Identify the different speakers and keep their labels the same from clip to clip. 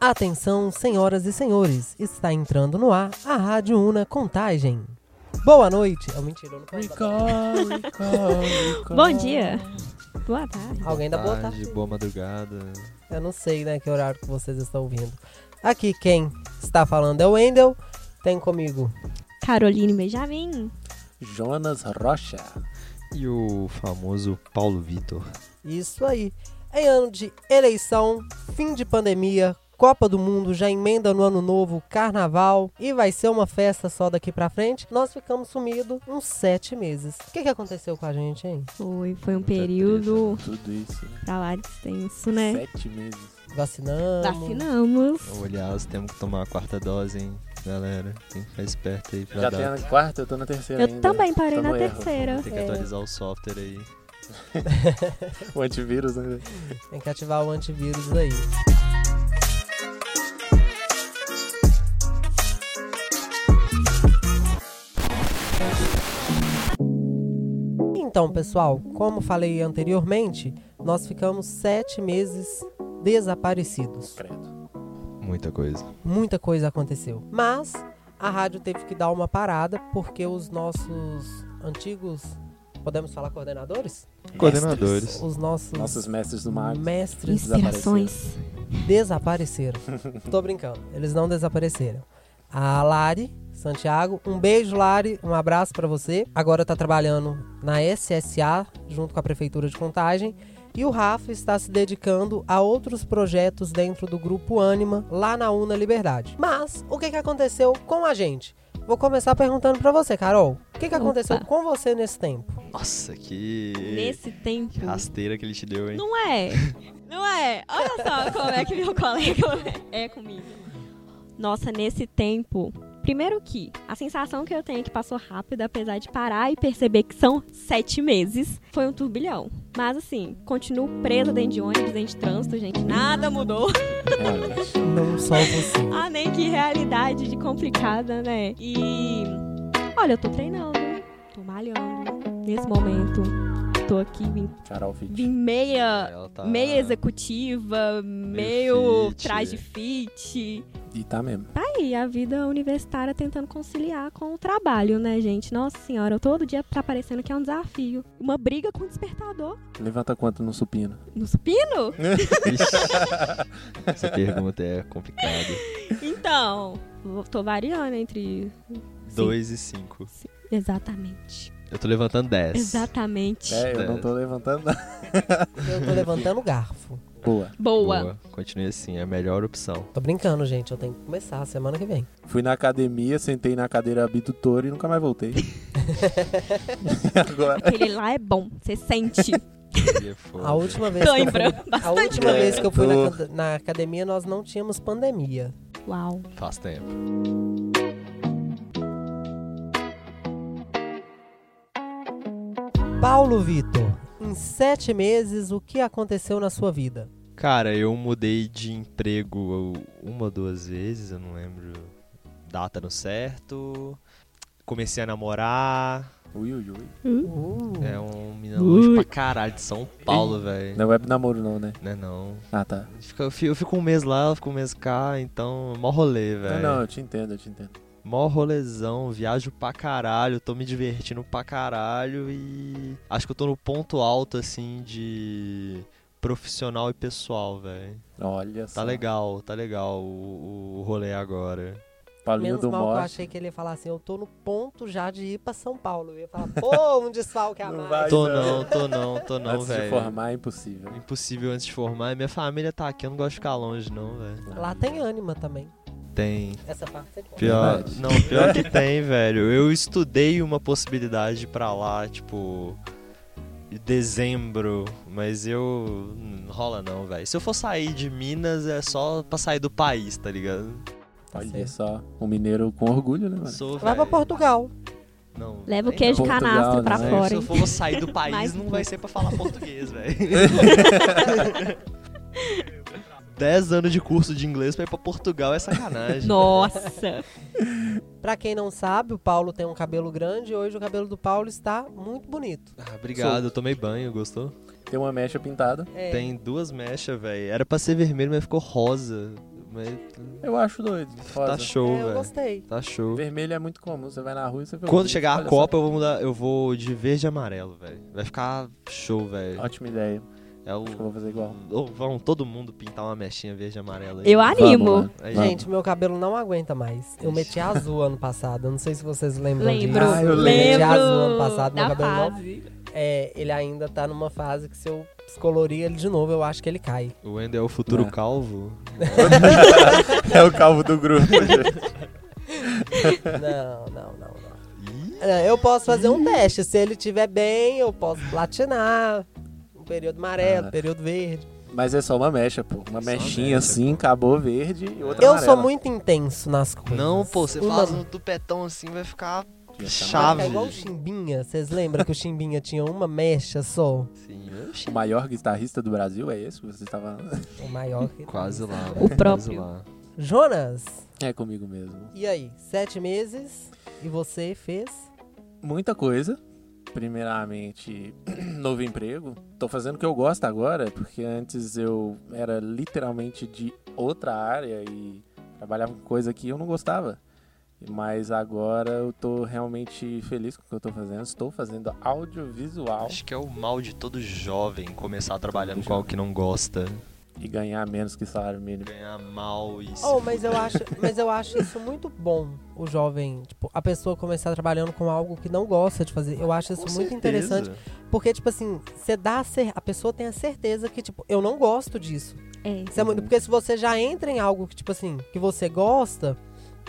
Speaker 1: Atenção, senhoras e senhores, está entrando no ar a Rádio Una Contagem. Boa noite! É mentira, eu não posso dar boa noite.
Speaker 2: Bom dia. Boa tarde.
Speaker 1: Alguém da boa tarde.
Speaker 3: boa madrugada.
Speaker 1: Eu não sei, né, que horário que vocês estão ouvindo. Aqui quem está falando é o Wendel. Tem comigo.
Speaker 2: Caroline Benjamin.
Speaker 4: Jonas Rocha.
Speaker 3: E o famoso Paulo Vitor.
Speaker 1: Isso aí. Em ano de eleição, fim de pandemia, Copa do Mundo, já emenda no ano novo, carnaval e vai ser uma festa só daqui pra frente. Nós ficamos sumidos uns sete meses. O que, que aconteceu com a gente, hein?
Speaker 2: Foi, foi um
Speaker 3: Muita
Speaker 2: período
Speaker 4: Tudo isso.
Speaker 2: pra lá extenso, né?
Speaker 4: Sete meses.
Speaker 1: Vacinamos.
Speaker 2: Vacinamos.
Speaker 3: Aliás, temos que tomar a quarta dose, hein, galera. Tem que ficar esperto aí pra
Speaker 4: Já tem
Speaker 3: dar.
Speaker 4: na quarta, eu tô na terceira
Speaker 2: Eu
Speaker 4: ainda.
Speaker 2: também parei
Speaker 4: Tô
Speaker 2: na
Speaker 4: no erro.
Speaker 2: terceira.
Speaker 3: Tem que
Speaker 1: É.
Speaker 3: atualizar o software aí.
Speaker 4: O antivírus, né?
Speaker 1: Tem que ativar o antivírus aí. Então, pessoal, como falei anteriormente, nós ficamos sete meses desaparecidos.
Speaker 4: Credo.
Speaker 3: Muita coisa.
Speaker 1: Muita coisa aconteceu. Mas a rádio teve que dar uma parada porque os nossos antigos, podemos falar coordenadores?
Speaker 3: Coordenadores.
Speaker 1: Os nossos
Speaker 4: Nossos mestres do mar.
Speaker 1: mestres
Speaker 2: Inspirações.
Speaker 1: desapareceram. Tô brincando, eles não desapareceram. A Lari Santiago, um beijo, Lari, um abraço pra você. Agora tá trabalhando na SSA, junto com a Prefeitura de Contagem. E o Rafa está se dedicando a outros projetos dentro do Grupo Anima, lá na Una Liberdade. Mas, o que, que aconteceu com a gente? Vou começar perguntando pra você, Carol. O que, que aconteceu
Speaker 2: Opa.
Speaker 1: com você nesse tempo?
Speaker 3: Nossa, que...
Speaker 2: Nesse tempo.
Speaker 3: que rasteira que ele te deu, hein?
Speaker 2: Não é. Não é. Olha só como é que meu colega é comigo. Nossa, nesse tempo. Primeiro que a sensação que eu tenho é que passou rápido, apesar de parar e perceber que são sete meses, foi um turbilhão. Mas assim, continuo presa dentro de ônibus, dentro de trânsito, gente. Nada mudou.
Speaker 4: Realmente.
Speaker 1: Não só você.
Speaker 2: Ah, nem que realidade de complicada, né? E olha, eu tô treinando, tô malhando nesse momento. Tô aqui, vim,
Speaker 4: Carol Fit.
Speaker 2: vim meia
Speaker 3: Ela tá...
Speaker 2: meio executiva, meio
Speaker 3: fit.
Speaker 2: traje fit.
Speaker 4: E tá mesmo.
Speaker 2: Tá aí, a vida universitária tentando conciliar com o trabalho, né, gente? Nossa senhora, eu todo dia tá parecendo que é um desafio. Uma briga com o despertador.
Speaker 4: Levanta quanto no supino?
Speaker 2: No supino?
Speaker 3: Ixi, Essa pergunta é complicada.
Speaker 2: Então, eu tô variando entre...
Speaker 3: Dois e cinco.
Speaker 2: Exatamente.
Speaker 3: Eu tô levantando dez.
Speaker 2: Exatamente.
Speaker 4: É, eu não tô levantando nada.
Speaker 1: Eu tô levantando garfo.
Speaker 4: Boa.
Speaker 2: Boa.
Speaker 3: Continue assim, é a melhor opção.
Speaker 1: Tô brincando, gente. Eu tenho que começar semana que vem.
Speaker 4: Fui na academia, sentei na cadeira abdutora e nunca mais voltei. e agora?
Speaker 2: Aquele lá é bom, você sente.
Speaker 3: E é foda.
Speaker 1: A última vez que eu fui
Speaker 2: Lembra
Speaker 1: A
Speaker 2: bastante.
Speaker 1: última vez que eu fui na,
Speaker 4: Tô.
Speaker 1: acad- na academia, nós não tínhamos pandemia.
Speaker 2: Uau.
Speaker 3: Faz tempo.
Speaker 1: Paulo Vitor, em sete meses, o que aconteceu na sua vida?
Speaker 3: Cara, eu mudei de emprego uma ou duas vezes, eu não lembro data no certo. Comecei a namorar.
Speaker 4: Ui, ui, ui.
Speaker 3: É um menino longe pra caralho de São Paulo, velho.
Speaker 4: Não é namoro não, né?
Speaker 3: Não é não.
Speaker 4: Ah, tá.
Speaker 3: Fica- Eu fico, eu fico um mês lá, eu fico um mês cá, então mó rolê,
Speaker 4: Não,
Speaker 3: velho.
Speaker 4: não, eu te entendo, eu te entendo.
Speaker 3: Mó rolezão, viajo pra caralho, tô me divertindo pra caralho e. Acho que eu tô no ponto alto, assim, de profissional e pessoal, velho.
Speaker 4: Olha só.
Speaker 3: Tá legal, tá legal o, o rolê agora.
Speaker 4: Paulinho
Speaker 1: Menos
Speaker 4: do
Speaker 1: mal que eu
Speaker 4: Morte.
Speaker 1: achei que ele ia falar assim, eu tô no ponto já de ir pra São Paulo. Eu ia falar, pô, um desfalque a
Speaker 4: Não
Speaker 1: mais.
Speaker 4: vai.
Speaker 3: Tô
Speaker 4: Ai,
Speaker 3: não,
Speaker 4: não.
Speaker 3: tô não, tô não,
Speaker 4: Antes de
Speaker 3: velho.
Speaker 4: formar é impossível.
Speaker 3: Impossível antes de formar. Minha família tá aqui, eu não gosto de ficar longe, não, velho.
Speaker 1: Lá tem ânima também.
Speaker 3: Tem.
Speaker 1: Essa parte você conta.
Speaker 3: Pior.
Speaker 4: Verdade.
Speaker 3: Não, pior que tem, velho. Eu estudei uma possibilidade pra lá, tipo. em Dezembro, mas eu. Não rola não, velho. Se eu for sair de Minas, é só pra sair do país, tá ligado?
Speaker 1: Tá
Speaker 4: Olha
Speaker 1: certo.
Speaker 4: só, um mineiro com orgulho, né, mano?
Speaker 3: Sou,
Speaker 1: Vai pra
Speaker 3: velho,
Speaker 1: Portugal.
Speaker 3: Não. é
Speaker 2: Leva o
Speaker 3: nem
Speaker 2: queijo
Speaker 3: não.
Speaker 4: Portugal,
Speaker 2: canastro pra
Speaker 4: né?
Speaker 2: fora,
Speaker 3: Se eu
Speaker 2: hein?
Speaker 3: for sair do país,
Speaker 2: Mais
Speaker 3: não
Speaker 2: um
Speaker 3: vai
Speaker 2: pouco.
Speaker 3: ser pra falar português, velho. 10 anos de curso de inglês pra ir pra Portugal é sacanagem.
Speaker 2: Nossa.
Speaker 1: Pra quem não sabe, o Paulo tem um cabelo grande e hoje o cabelo do Paulo está muito bonito.
Speaker 3: Ah, obrigado, eu tomei banho, gostou?
Speaker 4: Tem uma mecha pintada.
Speaker 1: É,
Speaker 3: Tem duas mechas, velho. Era pra ser vermelho, mas ficou rosa. Mas
Speaker 4: Eu acho doido. Rosa.
Speaker 3: tá show,
Speaker 1: é, eu
Speaker 3: velho.
Speaker 1: gostei.
Speaker 3: Tá show.
Speaker 4: Vermelho é muito comum. Você vai na rua e você vê.
Speaker 3: Quando
Speaker 4: um-
Speaker 3: chegar a
Speaker 4: olha só.
Speaker 3: Copa, eu vou mudar. Eu vou de verde e amarelo, velho. Vai ficar show, velho.
Speaker 4: Ótima ideia.
Speaker 3: É o.
Speaker 4: Acho que eu vou fazer igual.
Speaker 3: Ou vão todo mundo pintar uma mechinha verde e amarela aí.
Speaker 2: Eu animo.
Speaker 4: Vamos,
Speaker 3: Aí,
Speaker 4: Vamos.
Speaker 1: Gente, meu cabelo não aguenta mais. Eu meti azul ano passado. Eu não sei se vocês lembram
Speaker 2: Lembro.
Speaker 1: disso.
Speaker 4: Ah, eu
Speaker 1: meti
Speaker 2: lembro.
Speaker 1: azul ano passado, meu
Speaker 2: da
Speaker 1: cabelo não
Speaker 2: fase.
Speaker 1: É, ele ainda tá numa fase que se eu descolorir ele de novo, eu acho que ele cai.
Speaker 3: O Wendel é o futuro
Speaker 4: É.
Speaker 3: calvo.
Speaker 4: É o calvo do grupo.
Speaker 1: Não, não, não, não.
Speaker 3: Ih,
Speaker 1: É, Eu posso fazer um teste. Se ele tiver bem, eu posso platinar. Um período amarelo,
Speaker 4: Ah.
Speaker 1: período verde.
Speaker 4: Mas é só uma mecha, pô. Uma
Speaker 3: Só
Speaker 4: mechinha
Speaker 3: mecha,
Speaker 4: assim, acabou verde e outra
Speaker 1: eu
Speaker 4: amarela.
Speaker 1: sou muito intenso nas coisas.
Speaker 3: Tá Não, pô, você
Speaker 1: Uma-
Speaker 3: faz um tupetão assim, vai ficar
Speaker 4: Vai ficar
Speaker 1: Vai
Speaker 3: chave.
Speaker 1: ficar igual o Chimbinha. Vocês lembram que o Chimbinha tinha uma mecha só?
Speaker 3: Sim, oxi.
Speaker 4: O maior guitarrista do Brasil é esse que você estava.
Speaker 1: O maior que...
Speaker 3: Quase lá. né?
Speaker 2: O
Speaker 3: quase
Speaker 2: próprio.
Speaker 3: lá.
Speaker 1: Jonas,
Speaker 4: É comigo mesmo.
Speaker 1: e aí? Sete meses e você fez?
Speaker 4: Muita coisa. Primeiramente, novo emprego. Tô fazendo o que eu gosto agora, porque antes eu era literalmente de outra área e trabalhava com coisa que eu não gostava. Mas agora eu tô realmente feliz com o que eu tô fazendo. Estou fazendo audiovisual
Speaker 3: Acho que é o mal de todo jovem começar trabalhando
Speaker 4: Todo
Speaker 3: com algo
Speaker 4: jovem.
Speaker 3: que não gosta.
Speaker 4: e ganhar menos que salário mínimo.
Speaker 3: Ganhar mal e. se
Speaker 1: Oh, mas eu
Speaker 3: fuder.
Speaker 1: acho, mas eu acho isso muito bom, o jovem, tipo, a pessoa começar trabalhando com algo que não gosta de fazer. Eu acho isso
Speaker 3: Com
Speaker 1: é muito
Speaker 3: certeza.
Speaker 1: interessante, porque tipo assim, você dá a, cer- a pessoa tem a certeza que tipo, eu não gosto disso.
Speaker 2: É.
Speaker 1: Isso é
Speaker 3: Uhum.
Speaker 1: muito- porque se você já entra em algo que tipo assim, que você gosta,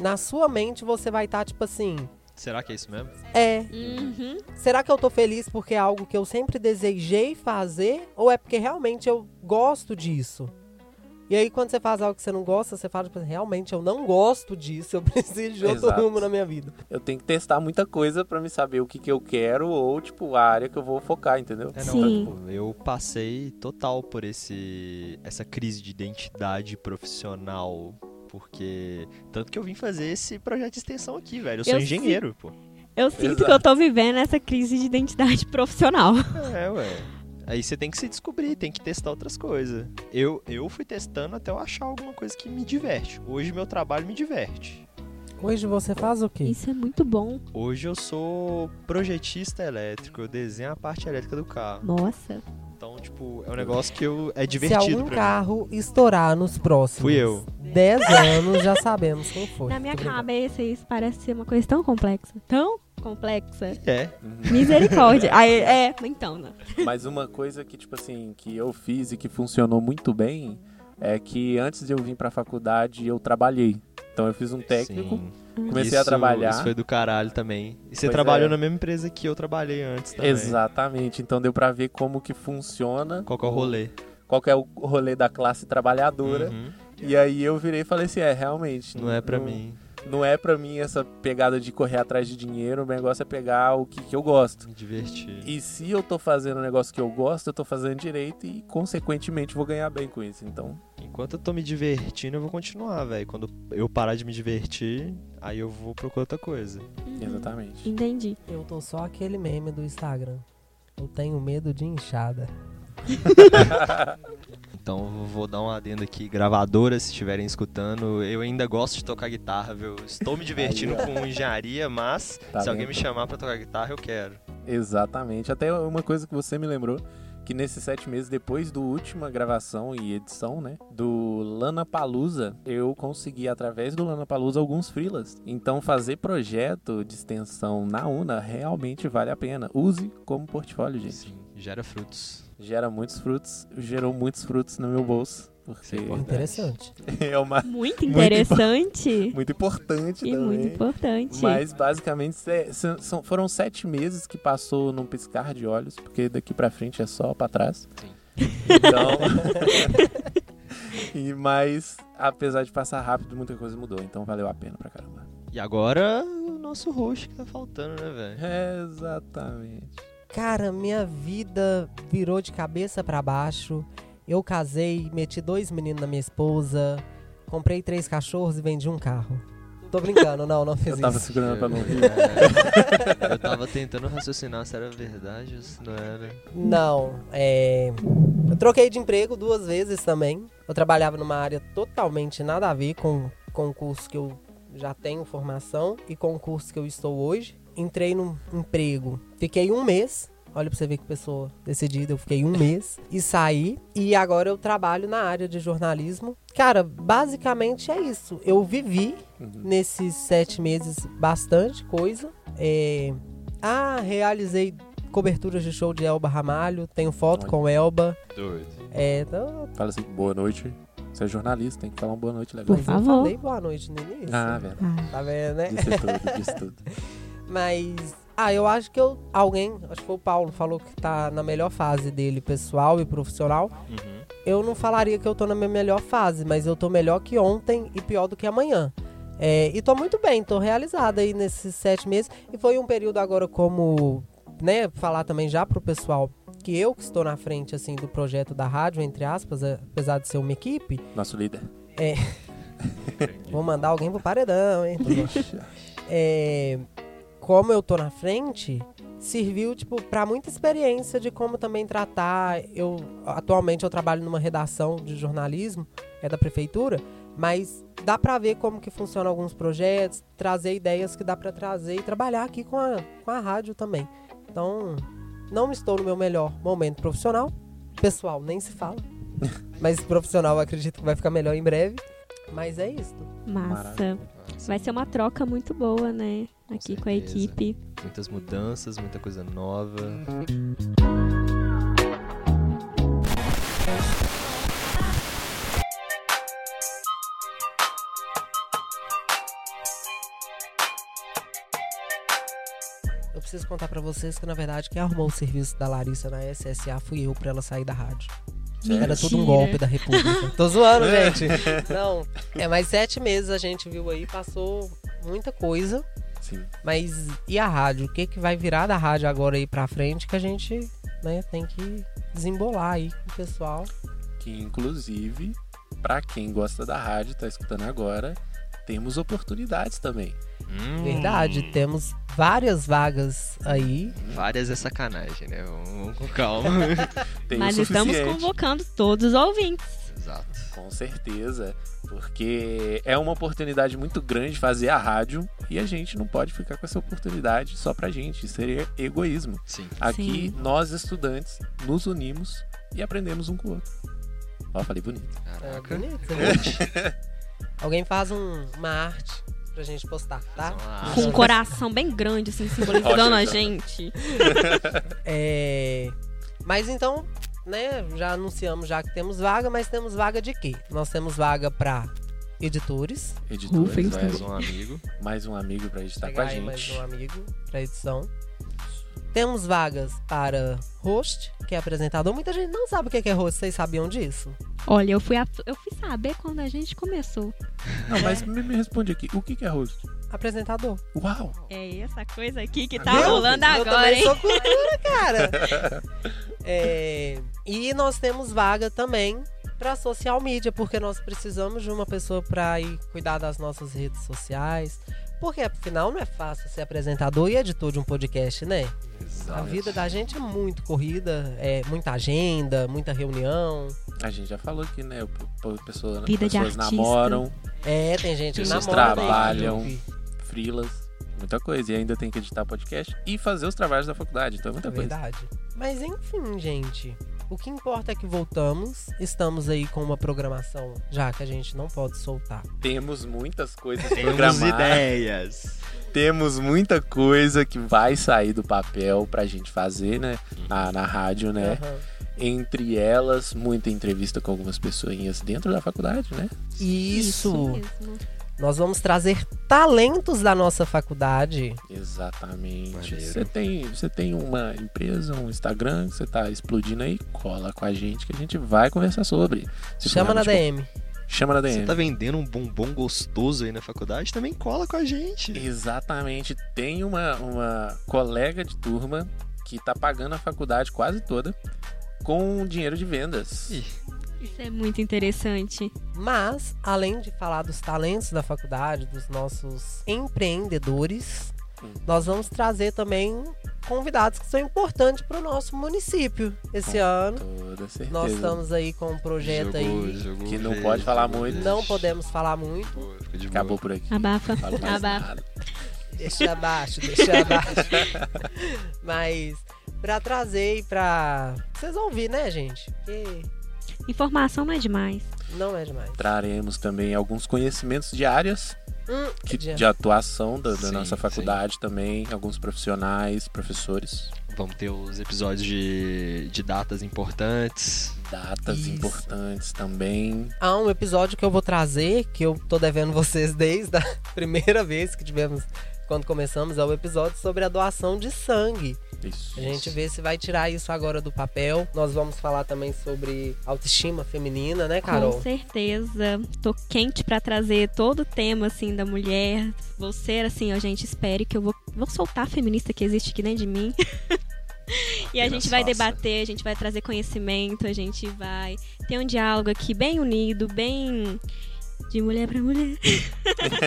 Speaker 1: na sua mente você vai estar tipo assim,
Speaker 3: Será que é isso mesmo?
Speaker 1: é,
Speaker 2: Uhum.
Speaker 1: Será que eu tô feliz porque é algo que eu sempre desejei fazer? Ou é porque realmente eu gosto disso? E aí, quando você faz algo que você não gosta, você fala, tipo, realmente eu não gosto disso, eu preciso de outro
Speaker 4: Exato.
Speaker 1: rumo na minha vida.
Speaker 4: Eu tenho que testar muita coisa pra me saber o que, que eu quero ou, tipo, a área que eu vou focar, entendeu?
Speaker 3: É,
Speaker 2: não,
Speaker 3: tá,
Speaker 2: Sim.
Speaker 3: tipo, eu passei total por esse essa crise de identidade profissional, porque tanto que eu vim fazer esse projeto de extensão aqui, velho. Eu sou
Speaker 2: Eu
Speaker 3: engenheiro, pô.
Speaker 2: Eu sinto
Speaker 4: Exato.
Speaker 2: que eu tô vivendo essa crise de identidade profissional.
Speaker 3: É, ué. Aí você tem que se descobrir, tem que testar outras coisas. Eu eu fui testando até eu achar alguma coisa que me diverte. Hoje meu trabalho me diverte.
Speaker 1: Hoje você faz o quê?
Speaker 2: Isso é muito bom.
Speaker 3: Hoje eu sou projetista elétrico, eu desenho a parte elétrica do carro.
Speaker 2: Nossa.
Speaker 3: Então, tipo, é um negócio que eu é
Speaker 1: Se
Speaker 3: divertido
Speaker 1: algum
Speaker 3: pra
Speaker 1: um carro estourar nos próximos
Speaker 3: Fui eu.
Speaker 1: 10 anos, já sabemos quem foi.
Speaker 2: Na minha
Speaker 1: Tô brincando.
Speaker 2: cabeça, isso parece ser uma coisa tão complexa. Tão complexa.
Speaker 3: mim. É.
Speaker 2: Misericórdia. Aí, é, então, não.
Speaker 4: Mas uma coisa que, tipo assim, que eu fiz e que funcionou muito bem é que antes de eu vir pra faculdade, eu trabalhei. Então eu fiz um técnico,
Speaker 3: Sim.
Speaker 4: comecei a
Speaker 3: Isso-
Speaker 4: trabalhar.
Speaker 3: Isso foi do caralho também. E você
Speaker 4: Pois
Speaker 3: trabalhou
Speaker 4: é.
Speaker 3: na mesma empresa que eu trabalhei antes também.
Speaker 4: Exatamente. Então deu pra ver como que funciona,
Speaker 3: Qual que é o rolê?
Speaker 4: qual que é o rolê da classe trabalhadora.
Speaker 3: Uhum.
Speaker 4: E aí eu virei e falei assim, é, realmente.
Speaker 3: Não é pra mim.
Speaker 4: Não é pra mim essa pegada de correr atrás de dinheiro, o negócio é pegar o que, que eu gosto.
Speaker 3: Me divertir.
Speaker 4: E se eu tô fazendo um negócio que eu gosto, eu tô fazendo direito e, consequentemente, vou ganhar bem com isso. Então,
Speaker 3: Enquanto eu tô me divertindo, eu vou continuar, velho. Quando eu parar de me divertir, aí eu vou procurar outra coisa. Uhum.
Speaker 4: exatamente.
Speaker 2: Entendi.
Speaker 1: Eu tô só aquele meme do Instagram. Eu tenho medo de inchada.
Speaker 3: Então eu vou dar um adendo aqui. Gravadoras, se estiverem escutando, eu ainda gosto de tocar guitarra, viu? Estou me divertindo
Speaker 4: Aí, ó.
Speaker 3: com engenharia, mas
Speaker 4: Tá
Speaker 3: se alguém me
Speaker 4: vendo?
Speaker 3: chamar pra tocar guitarra, eu quero.
Speaker 4: Exatamente. Até uma coisa que você me lembrou, que nesses sete meses, depois do última gravação e edição, né, do Lana Palusa, eu consegui, através do Lana Palusa, alguns freelas. Então, fazer projeto de extensão na UNA realmente vale a pena. Use como portfólio, gente.
Speaker 3: Sim, gera frutos.
Speaker 4: Gera muitos frutos, gerou muitos frutos no meu bolso,
Speaker 3: Isso
Speaker 4: porque
Speaker 3: é importante.
Speaker 1: Interessante.
Speaker 4: é uma
Speaker 2: Muito
Speaker 4: impo-
Speaker 2: interessante
Speaker 4: muito importante
Speaker 2: e é
Speaker 4: também.
Speaker 2: muito importante.
Speaker 4: Mas basicamente se- se- são- foram sete meses que passou num piscar de olhos, porque daqui pra frente é só pra trás.
Speaker 3: Sim.
Speaker 4: Então. e, mas, apesar de passar rápido, muita coisa mudou, então valeu a pena pra caramba.
Speaker 3: E agora o nosso host que tá faltando, né, velho?
Speaker 4: exatamente.
Speaker 1: Cara, minha vida virou de cabeça pra baixo. Eu casei, meti dois meninos na minha esposa, comprei três cachorros e vendi um carro. Tô brincando, não, não fiz
Speaker 4: Eu tava
Speaker 1: isso.
Speaker 4: segurando pra não rir.
Speaker 3: É, eu tava tentando raciocinar se era verdade ou se não era.
Speaker 1: Não, é. Eu troquei de emprego duas vezes também. Eu trabalhava numa área totalmente nada a ver com, com o curso que eu já tenho formação e com o curso que eu estou hoje. Entrei num emprego, fiquei um mês. Olha pra você ver que pessoa decidida, eu fiquei um mês e saí. E agora eu trabalho na área de jornalismo. Cara, basicamente é isso. Eu vivi nesses sete meses bastante coisa. É, Ah, realizei coberturas de show de Elba Ramalho, tenho foto
Speaker 4: Olha.
Speaker 1: com Elba.
Speaker 3: Doido.
Speaker 1: É, então,
Speaker 4: Fala assim, boa noite. Você é jornalista, tem que falar uma boa noite legal.
Speaker 2: Por
Speaker 1: mas eu
Speaker 2: favor.
Speaker 1: falei boa noite no início.
Speaker 4: Ah, velho.
Speaker 1: Tá vendo, né?
Speaker 4: Disse tudo, disse tudo.
Speaker 1: Mas. Ah, eu acho que eu. Alguém, acho que foi o Paulo, falou que tá na melhor fase dele, pessoal e profissional.
Speaker 3: Uhum.
Speaker 1: Eu não falaria que eu tô na minha melhor fase, mas eu tô melhor que ontem e pior do que amanhã. É, e tô muito bem, tô realizada aí nesses sete meses. E foi um período agora como. Né, falar também já pro pessoal que eu que estou na frente assim do projeto da rádio, entre aspas, é, apesar de ser uma equipe,
Speaker 4: Nosso líder.
Speaker 1: vou mandar alguém pro paredão, hein?
Speaker 4: Ixi,
Speaker 1: é, como eu tô na frente, serviu tipo para muita experiência de como também tratar. Eu atualmente eu trabalho numa redação de jornalismo, é da prefeitura, mas dá pra ver como que funcionam alguns projetos, trazer ideias que dá pra trazer e trabalhar aqui com a, com a rádio também. Então, não estou no meu melhor momento profissional, pessoal nem se fala, mas profissional eu acredito que vai ficar melhor em breve. Mas é isso.
Speaker 2: Massa.
Speaker 4: maravilha.
Speaker 2: Vai ser uma troca muito boa, né? Aqui com a
Speaker 3: certeza.
Speaker 2: equipe.
Speaker 3: Muitas mudanças, muita coisa nova.
Speaker 1: Eu preciso contar pra vocês que, na verdade, quem arrumou o serviço da Larissa na SSA fui eu pra ela sair da rádio. Era tudo um golpe da República. Tô zoando, gente. Não, é mais sete meses a gente viu aí, passou muita coisa.
Speaker 4: Sim.
Speaker 1: Mas e a rádio? O que, que vai virar da rádio agora aí pra frente que a gente né, tem que desembolar aí com o pessoal?
Speaker 4: Que inclusive, pra quem gosta da rádio, tá escutando agora, temos oportunidades também.
Speaker 3: Hum,
Speaker 1: Verdade, temos várias vagas aí.
Speaker 3: Várias é sacanagem, né? Vamos, vamos com calma.
Speaker 4: Tem
Speaker 2: Mas
Speaker 4: o
Speaker 2: estamos
Speaker 4: é suficiente.
Speaker 2: convocando todos os ouvintes.
Speaker 3: Exato.
Speaker 4: Com certeza, porque é uma oportunidade muito grande fazer a rádio e a gente não pode ficar com essa oportunidade só pra gente, isso seria egoísmo.
Speaker 3: Sim.
Speaker 4: Aqui
Speaker 2: Sim.
Speaker 4: nós estudantes nos unimos e aprendemos um com o outro. Ó, falei bonito.
Speaker 1: É
Speaker 3: Caraca.
Speaker 1: bonito, né? Alguém faz um- uma arte pra gente postar, tá?
Speaker 3: Nossa.
Speaker 2: Com um coração bem grande, assim, simbolizando a gente.
Speaker 1: É... Mas então, né, já anunciamos já que temos vaga, mas temos vaga de quê? Nós temos vaga pra editores,
Speaker 4: Editores,
Speaker 2: Rufem os
Speaker 4: mais,
Speaker 3: Mais um amigo.
Speaker 4: um- mais um amigo pra editar com
Speaker 1: pegar
Speaker 4: a
Speaker 1: aí mais
Speaker 4: gente.
Speaker 1: um amigo pra edição. Temos vagas para host, que é apresentador. Muita gente não sabe o que é host, vocês sabiam disso?
Speaker 2: Olha, eu fui, a- eu fui saber quando a gente começou.
Speaker 4: Não, mas me, me responde aqui, o que, que é host?
Speaker 1: Apresentador.
Speaker 4: Uau!
Speaker 2: É essa coisa aqui que tá
Speaker 1: Viu?
Speaker 2: rolando
Speaker 1: Eu
Speaker 2: agora,
Speaker 1: também
Speaker 2: hein?
Speaker 1: sou cultura, cara. É, e nós temos vaga também para social media, porque nós precisamos de uma pessoa para ir cuidar das nossas redes sociais. Porque afinal não é fácil ser apresentador e editor de um podcast, né? A
Speaker 3: Exato.
Speaker 1: vida da gente é muito corrida, é muita agenda, muita reunião.
Speaker 4: A gente já falou aqui, né? o- o- Pessoa,
Speaker 2: Vida de
Speaker 4: pessoas
Speaker 2: artista.
Speaker 4: namoram,
Speaker 1: É, tem gente que
Speaker 4: Pessoas
Speaker 1: namora. tem
Speaker 4: trabalham.
Speaker 1: gente que-
Speaker 4: frilas, muita coisa. E ainda tem que editar podcast e fazer os trabalhos da faculdade. Então é muita
Speaker 1: É
Speaker 4: coisa.
Speaker 1: verdade. Mas enfim, gente. O que importa é que voltamos. Estamos aí com uma programação já que a gente não pode soltar.
Speaker 4: Temos muitas coisas
Speaker 3: Temos
Speaker 4: programadas.
Speaker 3: ideias.
Speaker 4: Temos muita coisa que vai sair do papel pra gente fazer, né? Na, na rádio, né?
Speaker 1: Aham.
Speaker 4: Entre elas, muita entrevista com algumas pessoinhas dentro da faculdade, né?
Speaker 1: Isso.
Speaker 2: mesmo.
Speaker 1: Nós vamos trazer talentos da nossa faculdade.
Speaker 4: Exatamente.
Speaker 3: Maneiro.
Speaker 4: Você tem, você tem uma empresa, um Instagram que você tá explodindo aí, cola com a gente que a gente vai conversar sobre. Se for
Speaker 1: Chama na
Speaker 4: realmente-
Speaker 1: DM.
Speaker 4: Chama na DM.
Speaker 3: Você tá vendendo um bombom gostoso aí na faculdade? Também cola com a gente.
Speaker 4: Exatamente. Tem uma, uma colega de turma que tá pagando a faculdade quase toda com dinheiro de vendas.
Speaker 3: Ih.
Speaker 2: Isso é muito interessante.
Speaker 1: Mas, além de falar dos talentos da faculdade, dos nossos empreendedores,
Speaker 4: Sim.
Speaker 1: nós vamos trazer também convidados que são importantes para o nosso município esse ano.
Speaker 4: Toda certeza.
Speaker 1: Nós estamos aí com um projeto
Speaker 3: Jogou-
Speaker 1: aí.
Speaker 3: jogou
Speaker 4: que não
Speaker 3: verde,
Speaker 4: pode falar
Speaker 3: jogou
Speaker 4: muito.
Speaker 3: verde.
Speaker 1: Não podemos falar muito.
Speaker 3: Pô, fica de
Speaker 4: Acabou
Speaker 3: boa.
Speaker 4: por aqui.
Speaker 2: Abafa,
Speaker 4: Não falo mais
Speaker 2: abafa.
Speaker 4: nada.
Speaker 1: Deixa abaixo, deixa abaixo. Mas pra trazer e pra. Vocês vão ouvir, né, gente? Porque
Speaker 2: Informação não é demais.
Speaker 1: não é demais.
Speaker 4: Traremos também alguns conhecimentos de áreas
Speaker 1: Hum,
Speaker 4: que-
Speaker 1: já.
Speaker 4: de atuação da, da
Speaker 3: Sim,
Speaker 4: nossa faculdade também, alguns profissionais, professores,
Speaker 3: Vamos ter os episódios de, de datas importantes.
Speaker 4: datas
Speaker 1: Isso.
Speaker 4: importantes também.
Speaker 1: Há um episódio que eu vou trazer, que eu tô devendo vocês desde a primeira vez que tivemos. Quando começamos, é o episódio sobre a doação de sangue.
Speaker 4: Isso.
Speaker 1: A gente vê se vai tirar isso agora do papel. Nós vamos falar também sobre autoestima feminina, né,
Speaker 2: Com
Speaker 1: Carol?
Speaker 2: certeza. Tô quente pra trazer todo o tema, assim, da mulher. Vou ser, assim, ó, gente, espere que eu vou, vou soltar a feminista que existe aqui dentro de mim. e a
Speaker 3: Apenas
Speaker 2: gente vai
Speaker 3: faça.
Speaker 2: debater, a gente vai trazer conhecimento, a gente vai ter um diálogo aqui bem unido, bem. De mulher pra mulher.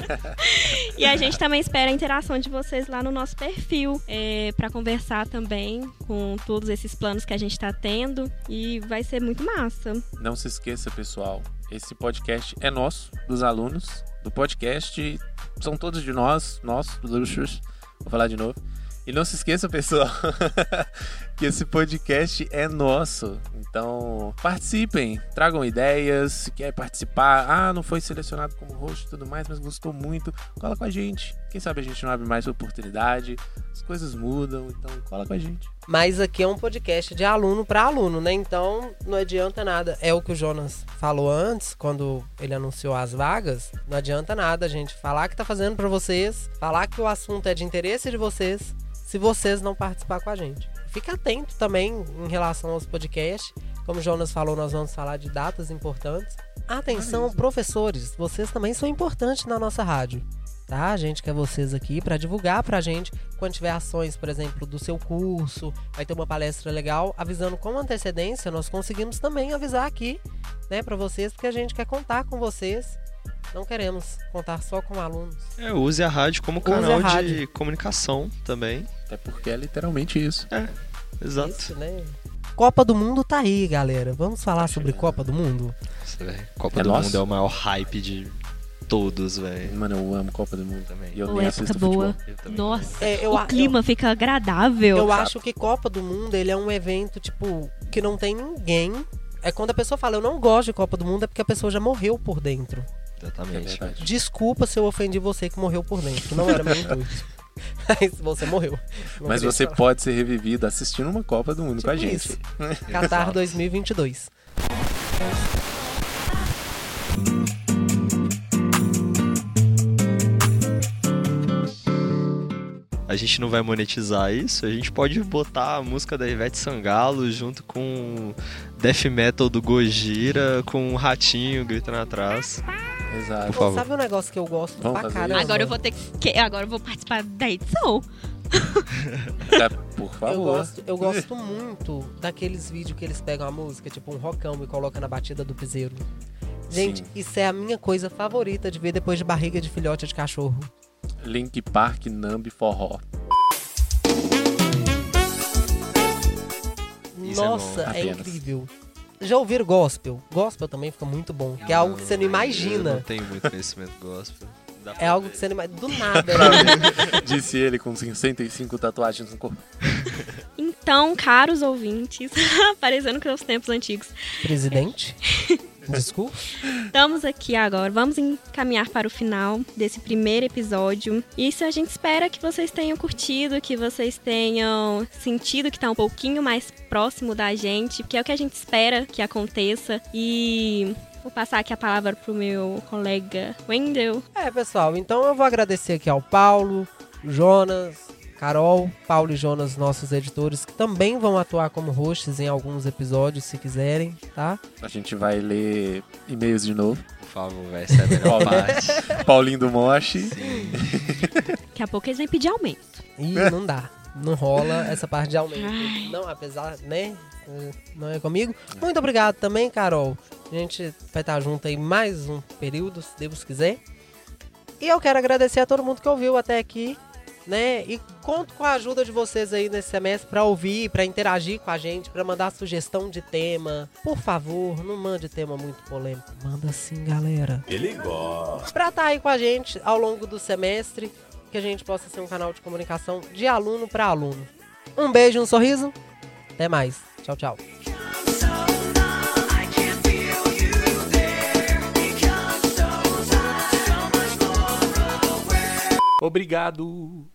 Speaker 2: e a gente também espera a interação de vocês lá no nosso perfil é, para conversar também com todos esses planos que a gente tá tendo. E vai ser muito massa.
Speaker 4: Não se esqueça, pessoal, esse podcast é nosso, dos alunos, do podcast, são todos de nós, nós, luxos, vou falar de novo. E não se esqueça, pessoal, que esse podcast é nosso. Então, participem, tragam ideias, se quer participar, ah, não foi selecionado como host e tudo mais, mas gostou muito, cola com a gente. Quem sabe a gente não abre mais oportunidade, as coisas mudam, então cola com a gente.
Speaker 1: Mas aqui é um podcast de aluno para aluno, né? Então não adianta nada. É o que o Jonas falou antes, quando ele anunciou as vagas. Não adianta nada, gente. Falar que tá fazendo para vocês, falar que o assunto é de interesse de vocês, se vocês não participar com a gente. Fica atento também em relação aos podcasts. Como o Jonas falou, nós vamos falar de datas importantes. Atenção, professores, vocês também são importantes na nossa rádio. Tá? A gente quer vocês aqui para divulgar pra gente quando tiver ações, por exemplo, do seu curso, vai ter uma palestra legal, avisando com antecedência, nós conseguimos também avisar aqui, né, para vocês, porque a gente quer contar com vocês. Não queremos contar só com alunos.
Speaker 3: É, use a rádio como
Speaker 1: Use a
Speaker 3: canal de
Speaker 1: rádio.
Speaker 3: comunicação também.
Speaker 4: Até porque é literalmente isso.
Speaker 3: Exato.
Speaker 1: Isso, né? Copa do Mundo tá aí, galera. Vamos falar sobre Copa do Mundo?
Speaker 3: Nossa, velho, Copa
Speaker 4: É
Speaker 3: do
Speaker 4: nosso?
Speaker 3: Mundo é o maior hype de todos, velho.
Speaker 4: Mano, eu amo Copa do Mundo.
Speaker 3: Também.
Speaker 4: E eu
Speaker 2: Ô,
Speaker 4: nem
Speaker 2: época
Speaker 4: assisto
Speaker 2: boa.
Speaker 4: futebol.
Speaker 3: Eu também.
Speaker 2: Nossa,
Speaker 1: É, eu
Speaker 2: o
Speaker 1: a-
Speaker 2: clima fica agradável.
Speaker 1: Eu, acho que Copa do Mundo, ele é um evento, tipo, que não tem ninguém. É quando a pessoa fala, eu não gosto de Copa do Mundo, é porque a pessoa já morreu por dentro.
Speaker 4: É
Speaker 3: Exatamente.
Speaker 4: verdade.
Speaker 1: Desculpa se eu ofendi você que morreu por dentro, que não era meu intuito. Mas você morreu. Não
Speaker 4: Mas
Speaker 1: queria
Speaker 4: você
Speaker 1: falar.
Speaker 4: pode ser revivido assistindo uma Copa do Mundo com a
Speaker 1: Tipo
Speaker 4: gente.
Speaker 1: isso. Qatar 2022.
Speaker 3: A gente não vai monetizar isso, a gente pode botar a música da Ivete Sangalo junto com death metal do Gojira com um ratinho gritando atrás.
Speaker 4: Exato.
Speaker 3: Por
Speaker 1: Pô,
Speaker 3: favor.
Speaker 1: sabe um negócio que eu gosto
Speaker 4: Vamos
Speaker 1: pra
Speaker 4: fazer
Speaker 1: caramba?
Speaker 4: isso.
Speaker 2: Agora eu vou ter que. Agora eu vou participar da edição.
Speaker 4: Tá, Por
Speaker 1: Eu
Speaker 4: favor.
Speaker 1: gosto, eu gosto muito daqueles vídeos que eles pegam a música, tipo um rocão e colocam na batida do piseiro. Gente,
Speaker 4: Sim.
Speaker 1: isso é a minha coisa favorita de ver depois de barriga de filhote de cachorro.
Speaker 4: Link Park Nambi Forró.
Speaker 3: Isso é
Speaker 1: Nossa,
Speaker 3: bom.
Speaker 1: é,
Speaker 4: Apenas.
Speaker 1: incrível. Já ouviram gospel? Gospel também fica muito bom, que é algo que você não
Speaker 3: Eu não
Speaker 1: imagina.
Speaker 3: tenho muito conhecimento gospel. Dá pra
Speaker 1: É algo
Speaker 3: ver.
Speaker 1: que você não imagina. Do nada, né?
Speaker 4: Disse ele com 65 tatuagens no corpo.
Speaker 2: Então, caros ouvintes, parecendo que os tempos antigos.
Speaker 1: Presidente? Discurso?
Speaker 2: Estamos aqui agora. Vamos encaminhar para o final desse primeiro episódio. Isso a gente espera que vocês tenham curtido, que vocês tenham sentido que está um pouquinho mais próximo da gente, que é o que a gente espera que aconteça. E vou passar aqui a palavra pro meu colega Wendel.
Speaker 1: É, pessoal, então eu vou agradecer aqui ao Paulo, Jonas, Carol, Paulo e Jonas, nossos editores, que também vão atuar como hosts em alguns episódios, se quiserem, tá?
Speaker 4: A gente vai ler e-mails de novo.
Speaker 3: Por favor, velho, essa é a
Speaker 4: Paulo.
Speaker 3: melhor parte.
Speaker 4: Paulinho do Moshi.
Speaker 2: Daqui a pouco eles vêm pedir aumento.
Speaker 1: Né? Ih, não dá. não rola essa parte de aumento. Não, apesar, né? Não é comigo. Muito obrigado também, Carol. A gente vai estar junto aí mais um período, se Deus quiser. E eu quero agradecer a todo mundo que ouviu até aqui, né? E conto com a ajuda de vocês aí nesse semestre para ouvir, para interagir com a gente, para mandar sugestão de tema. Por favor, não mande tema muito polêmico. Manda sim, galera
Speaker 5: Ele gosta.
Speaker 1: para estar aí com a gente ao longo do semestre, que a gente possa ser um canal de comunicação de aluno para aluno. Um beijo, um sorriso. Até mais. Tchau, tchau.
Speaker 4: Obrigado!